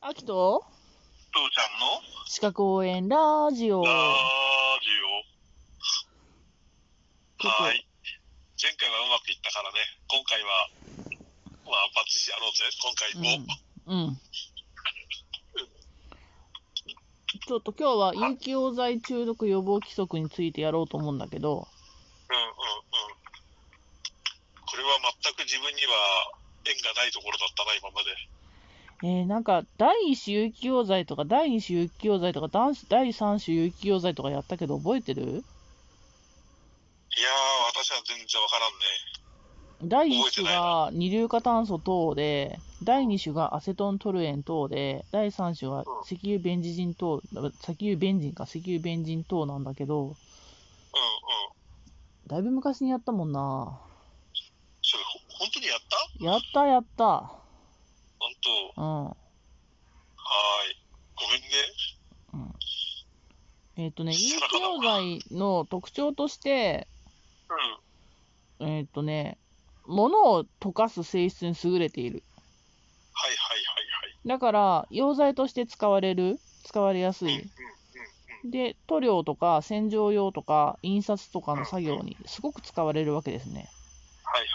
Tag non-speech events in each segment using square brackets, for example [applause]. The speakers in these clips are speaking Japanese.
アキト父ちゃんの鹿公園ラジオ。ちょラジオ。っとはい。前回はうまくいったからね、今回は、まあ、バッチリやろうぜ、今回も。うん。うん。ちょっと今日は有機溶剤中毒予防規則についてやろうと思うんだけど、うんうんうん。これは全く自分には縁がないところだったな、今まで。えー、なんか第一種有機溶剤とか第二種有機溶剤とか男子第三種有機溶剤とかやったけど覚えてるいやー、私は全然わからん第ね。1種が二硫化炭素等で、第2種がアセトントルエン等で、第3種は石油ベンジジン等、石油ベンジンか、石油ベンジン等なんだけど、うんうん。だいぶ昔にやったもんな。それ、ほ本当にやったやったやった。本当。うん。はーい。ごめんね。えっ、とね、有機溶剤の特徴として、うん。えっ、とね、物を溶かす性質に優れている。はいはいはいはい。だから、溶剤として使われる、使われやすうんうんい。うんうん。で、塗料とか洗浄用とか印刷とかの作業にすごく使われるわけですね。はいはい。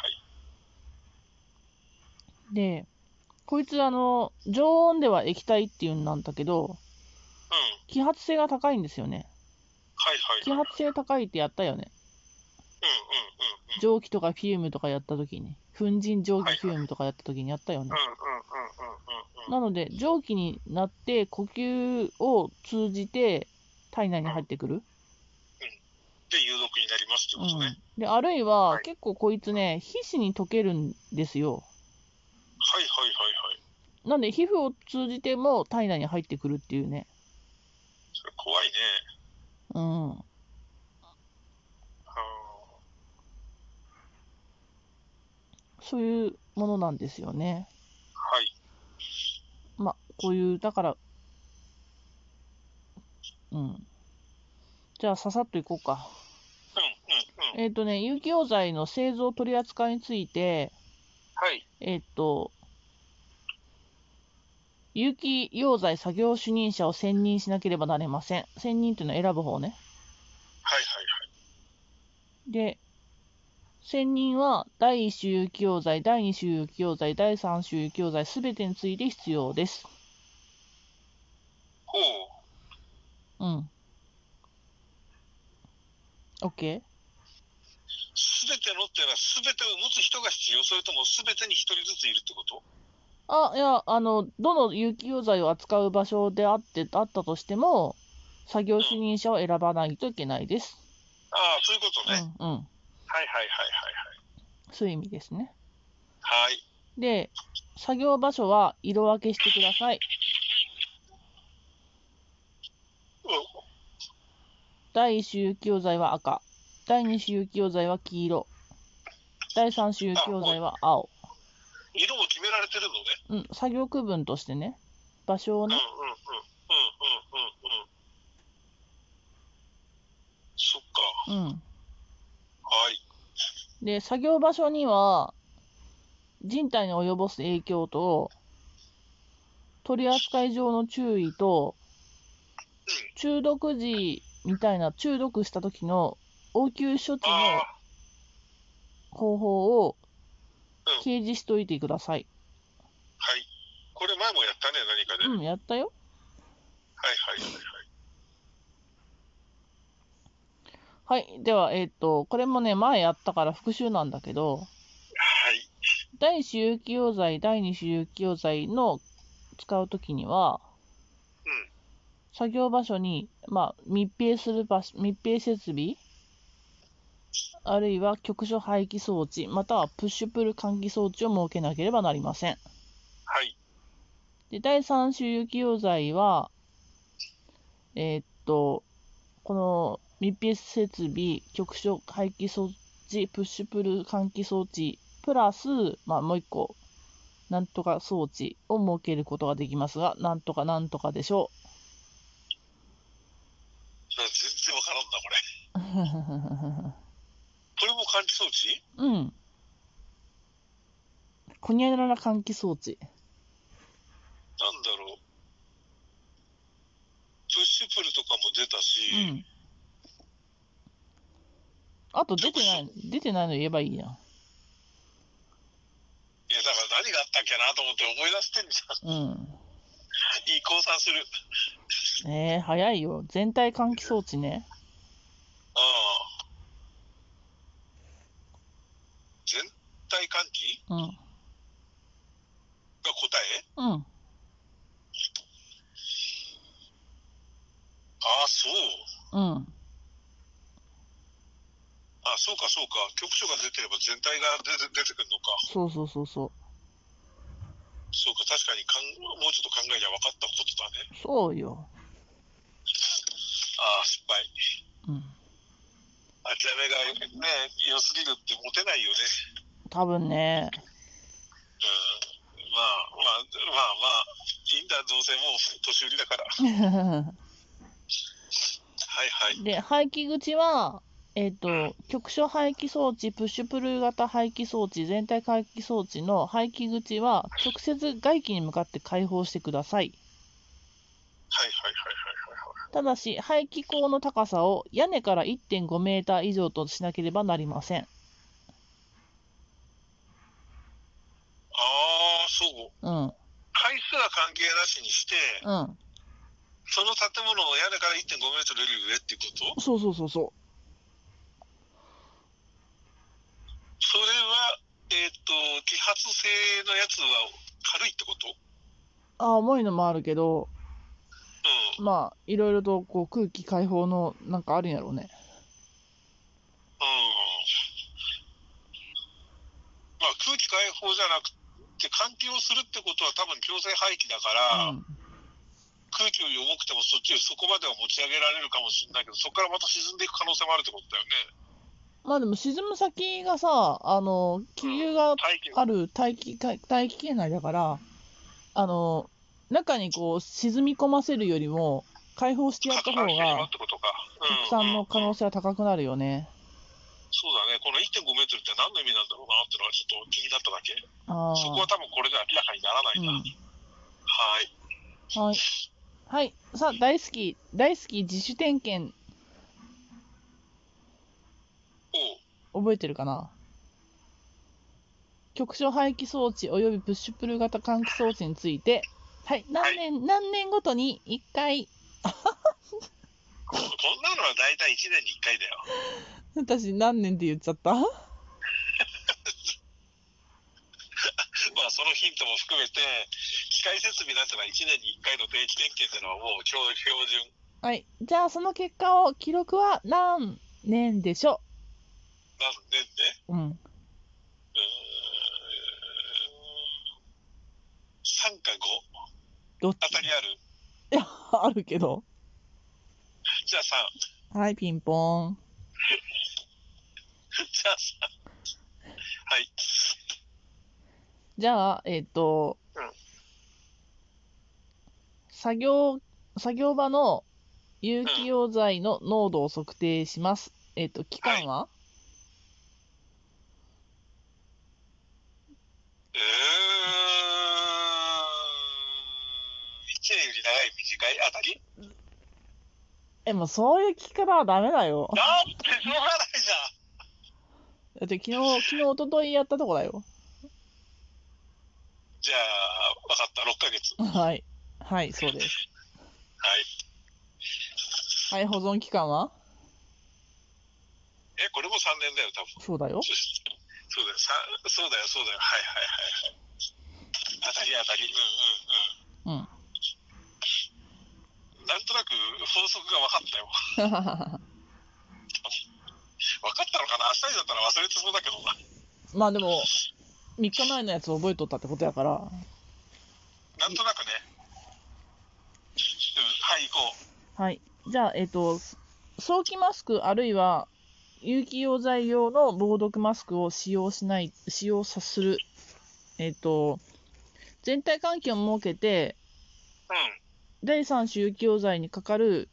で、こいつあの、常温では液体っていうんなんだけど、うん。揮発性が高いんですよね。はいはい揮はい。発性高いってやったよね。うんうんうんうん。蒸気とかフィウムとかやった時に、粉塵蒸気フィウムとかやった時にやったよねう。んうんうんうんうんうん。なので、蒸気になって呼吸を通じて体内に入ってくる。で、有毒になりますってうことね。ん。で、あるいははい結構こいつね、皮脂に溶けるんですよ。はいはいはいはい。なんで、皮膚を通じても体内に入ってくるっていうね。それ怖いね。うん。うんそういうものなんですよね。はい。まあ、こういう、だから、うん。じゃあ、ささっといこうか。うんうんうん。えっ、とね、有機溶剤の製造取り扱いについて、はい。えっ、と、有機溶剤作業主任者を選任しなければなりません。選任というのは選ぶ方ね。はいはいはい。で、専任は第1種有機溶剤、第2種有機溶剤、第3種有機溶剤すべてについて必要です。ほう。うん。OK? すべてのっていうのは、すべてを持つ人が必要、それともすべてに一人ずついるってことあ、いや、あの、どの有機溶剤を扱う場所であって、あったとしても、作業主任者を選ばないといけないです。ああ、そういうことね。うん、うん。はいはいはいそういう意味ですね。はいはい。はい。で、作業場所は色分けしてください。うん第1種有機溶剤は赤。第2種有機溶剤は黄色。第3種有機溶剤は青。色も決められてるのね。うん、作業区分としてね。場所をうんうねんうん。。うんうんうんうん。うん。そっか。はい。で、作業場所には、人体に及ぼす影響と、取り扱い上の注意と、中毒時みたいな、中毒した時の応急処置のああ。方法をうん掲示しておいてください。はい。これ前もやったね、何かで。うん、やったよ。はいはいはいははい。い。では、えっ、と、これもね、前やったから復習なんだけど、はい。第1種有機溶剤、第2種有機溶剤の使うときには、うん作業場所に、まあ、密閉する場所、密閉設備、あるいは局所排気装置、またはプッシュプル換気装置を設けなければなりません。はい。で、第3種有機溶剤は、えーっと、この密閉設備、局所排気装置、プッシュプル換気装置、プラス、まあ、もう一個、なんとか装置を設けることができますが、なんとかなんとかでしょ全然わからんな、これ。う。 [laughs] これも換気装置うん。こにゃらら換気装置。なんだろう。プルとかも出たうし、ん。あと出てない、出てないの言えばいいやん。いや、だから何があったっけなと思って思い出してんじゃん。うん。いい降参する。うん。えー、早いよ。全体換気装置ね。全体換気うん。が答えうん。ああ、そう。うん。あそうか、そうか。局所が出てれば全体が出て出てくるのか。そうそうそうそそうか、確かにかんもうちょっと考えりゃ分かったことだね。う。そうよ。ああ、失敗。うん。諦めがね、良すぎるってモテないよね。多分ね。 [laughs] うん。まあまあ、まあまあ、いいんだ、どうせもう年寄りだから。はいはい。で、排気口は、えっ、と、局所排気装置、プッシュプル型排気装置、全体排気装置の排気口は、直接外気に向かって開放してください。はいはいはいはいはい。ただし、排気口の高さを屋根から1.5メーター以上としなければなりません。ああ、そう。うん、うん、回数は関係なしにして、その建物の屋根から1.5メートルより上っていうことそうそうそうそそれは、えっ、と、揮発性のやつは軽いってことうう。あ、重いのもあるけど、ん。まあ、いろいろとこう空気解放のなんかあるんやろうね。うん。まあ、空気解放じゃなくて、換気をするってことは多分強制排気だから、うん、空気より重くてもそっち、そこまでは持ち上げられるかもしれないけど、そこからまた沈んでいく可能性もあるってことだよね。まあでも沈む先がさ、あの、気流が大気ある大気か大気圏内だから、あの、中にこう沈み込ませるよりも、解放してやった方拡散してしまうっが、てことか。拡散の可うんうんうん能性は高くなるよね。そうだね、この1.5メートルって何の意味なんだろうなっていうのがちょっと気になっただけ。ああ。そこは多分これでは明らかにならないな。うんはい。はい。はい。さあ、大好き、大好き自主点検、おう覚えてるかな局所排気装置及びプッシュプル型換気装置について、はい。何年、何年ごとに1回、こんなのは大体1年に1回だよ。私何年って言っちゃったまあそのヒントも含めて、機械設備なんてのは1年に1回の定期点検っていうのはもう標標準。はい。じゃあ、その結果を、記録は何年でしょなんでね。ううん。うーん。3か5どっち [laughs] あたりある。いや、あるけど。じゃあ3。はい、ピンポーン。じゃあ3。はい。じゃあ、えっ、と、うん作業、作業場の有機溶剤の濃度を測定します。えっ、と、期間は、うーん。1年より長い短いあたりえ、もうそういう聞き方はダメだよ。だってしょうがないじゃん。だって昨日、昨日、一昨日やったとこだよ。じゃあ、わかった、6ヶ月。はい。はい。はい、そうです。はい、保存期間はえ、これも3年だよ、多分。そうだよ。 [laughs] そうだよ、さそうだよ、そうだよ。はいはいはいはい。当たり当たり。うんうんうん。うんなんとなく法則が分かったよ。分かったのかな明日にだったら忘れてそうだけどな。まあでも、3日前のやつ覚えとったってことやから。なんとなくね。うん、はい、行こう。はい。じゃあ、えっ、と、早期マスクあるいは有機溶剤用の防毒マスクを使用しない、使用さする。えっ、と、全体換気を設けて、うん。第三種有機溶剤にかかる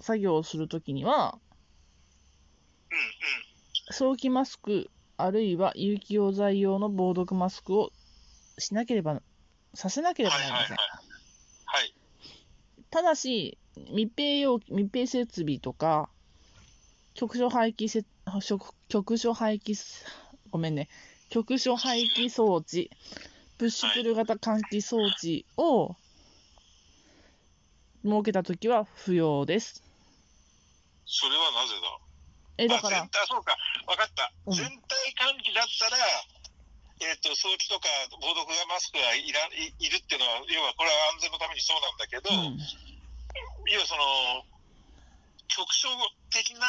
作業をするときには、うんうん。早期マスクあるいは有機溶剤用の防毒マスクをしなければ、させなければはないりはいませはいん。。はい。ただし、密閉容器、密閉設備とか、局所排気せ、局局所排気、ごめんね、局所排気装置、プッシュプル型換気装置を設けたときは不要です。それはなぜだえ、だかあら全、体そうか、分かった、うん全体換気だったら、えっと早期とか防毒がマスクがいらいいるっていうのは、要はこれは安全のためにそうなんだけど、うん、要はその、局所的な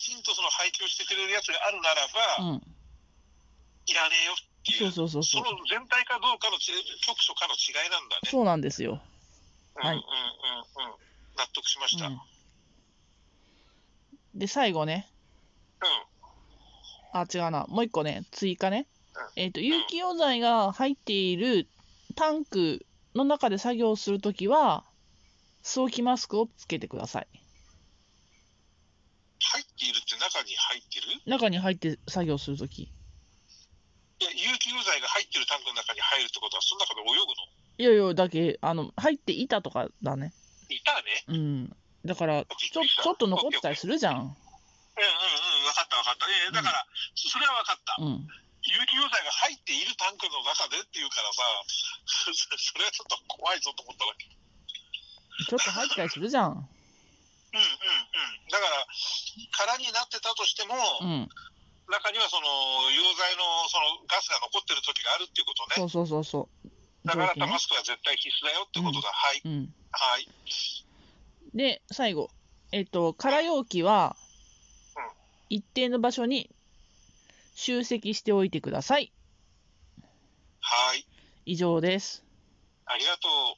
きちんとその配給をしてくれるやつがあるならば、うん、いらねえよっていそうう、そうそうそう、の全体かどうかのち局所かの違いなんだね。そうなんですよ。はいうんうんうんうん、納得しました。うん、うん、で、最後ね、あ、違うな。もう一個ね、追加ねうん。えっ、と、有機溶剤が入っているタンクの中で作業するときは、早期マスクをつけてください。入っているって中に入ってる中に入って作業するとき。いや、有機溶剤が入ってるタンクの中に入るってことは、その中で泳ぐのいやいや、だけ、あの、入っていたとかだね。いたうね。ん。だから、ちょ、ちょっと残ってたりするじゃん。うんうんうん、分かった分かった。えうんだから、そそれは分かった。うん。有機溶剤が入っているタンクの中でっていうからさ、 [laughs] そそれはちょっと怖いぞと思ったわけ。ちょっと入ったりするじゃん。うんうんうん。だから、空になってたとしても、うん。中にはその溶剤のそのガスが残ってる時があるっていうことそね。うそうそうそう。だから、上記ねマスクは絶対必須だよってことだ。はい。うん。はい。で、最後。えっ、と、空容器は、一定の場所に集積しておいてください。はい。以上です。ありがとう。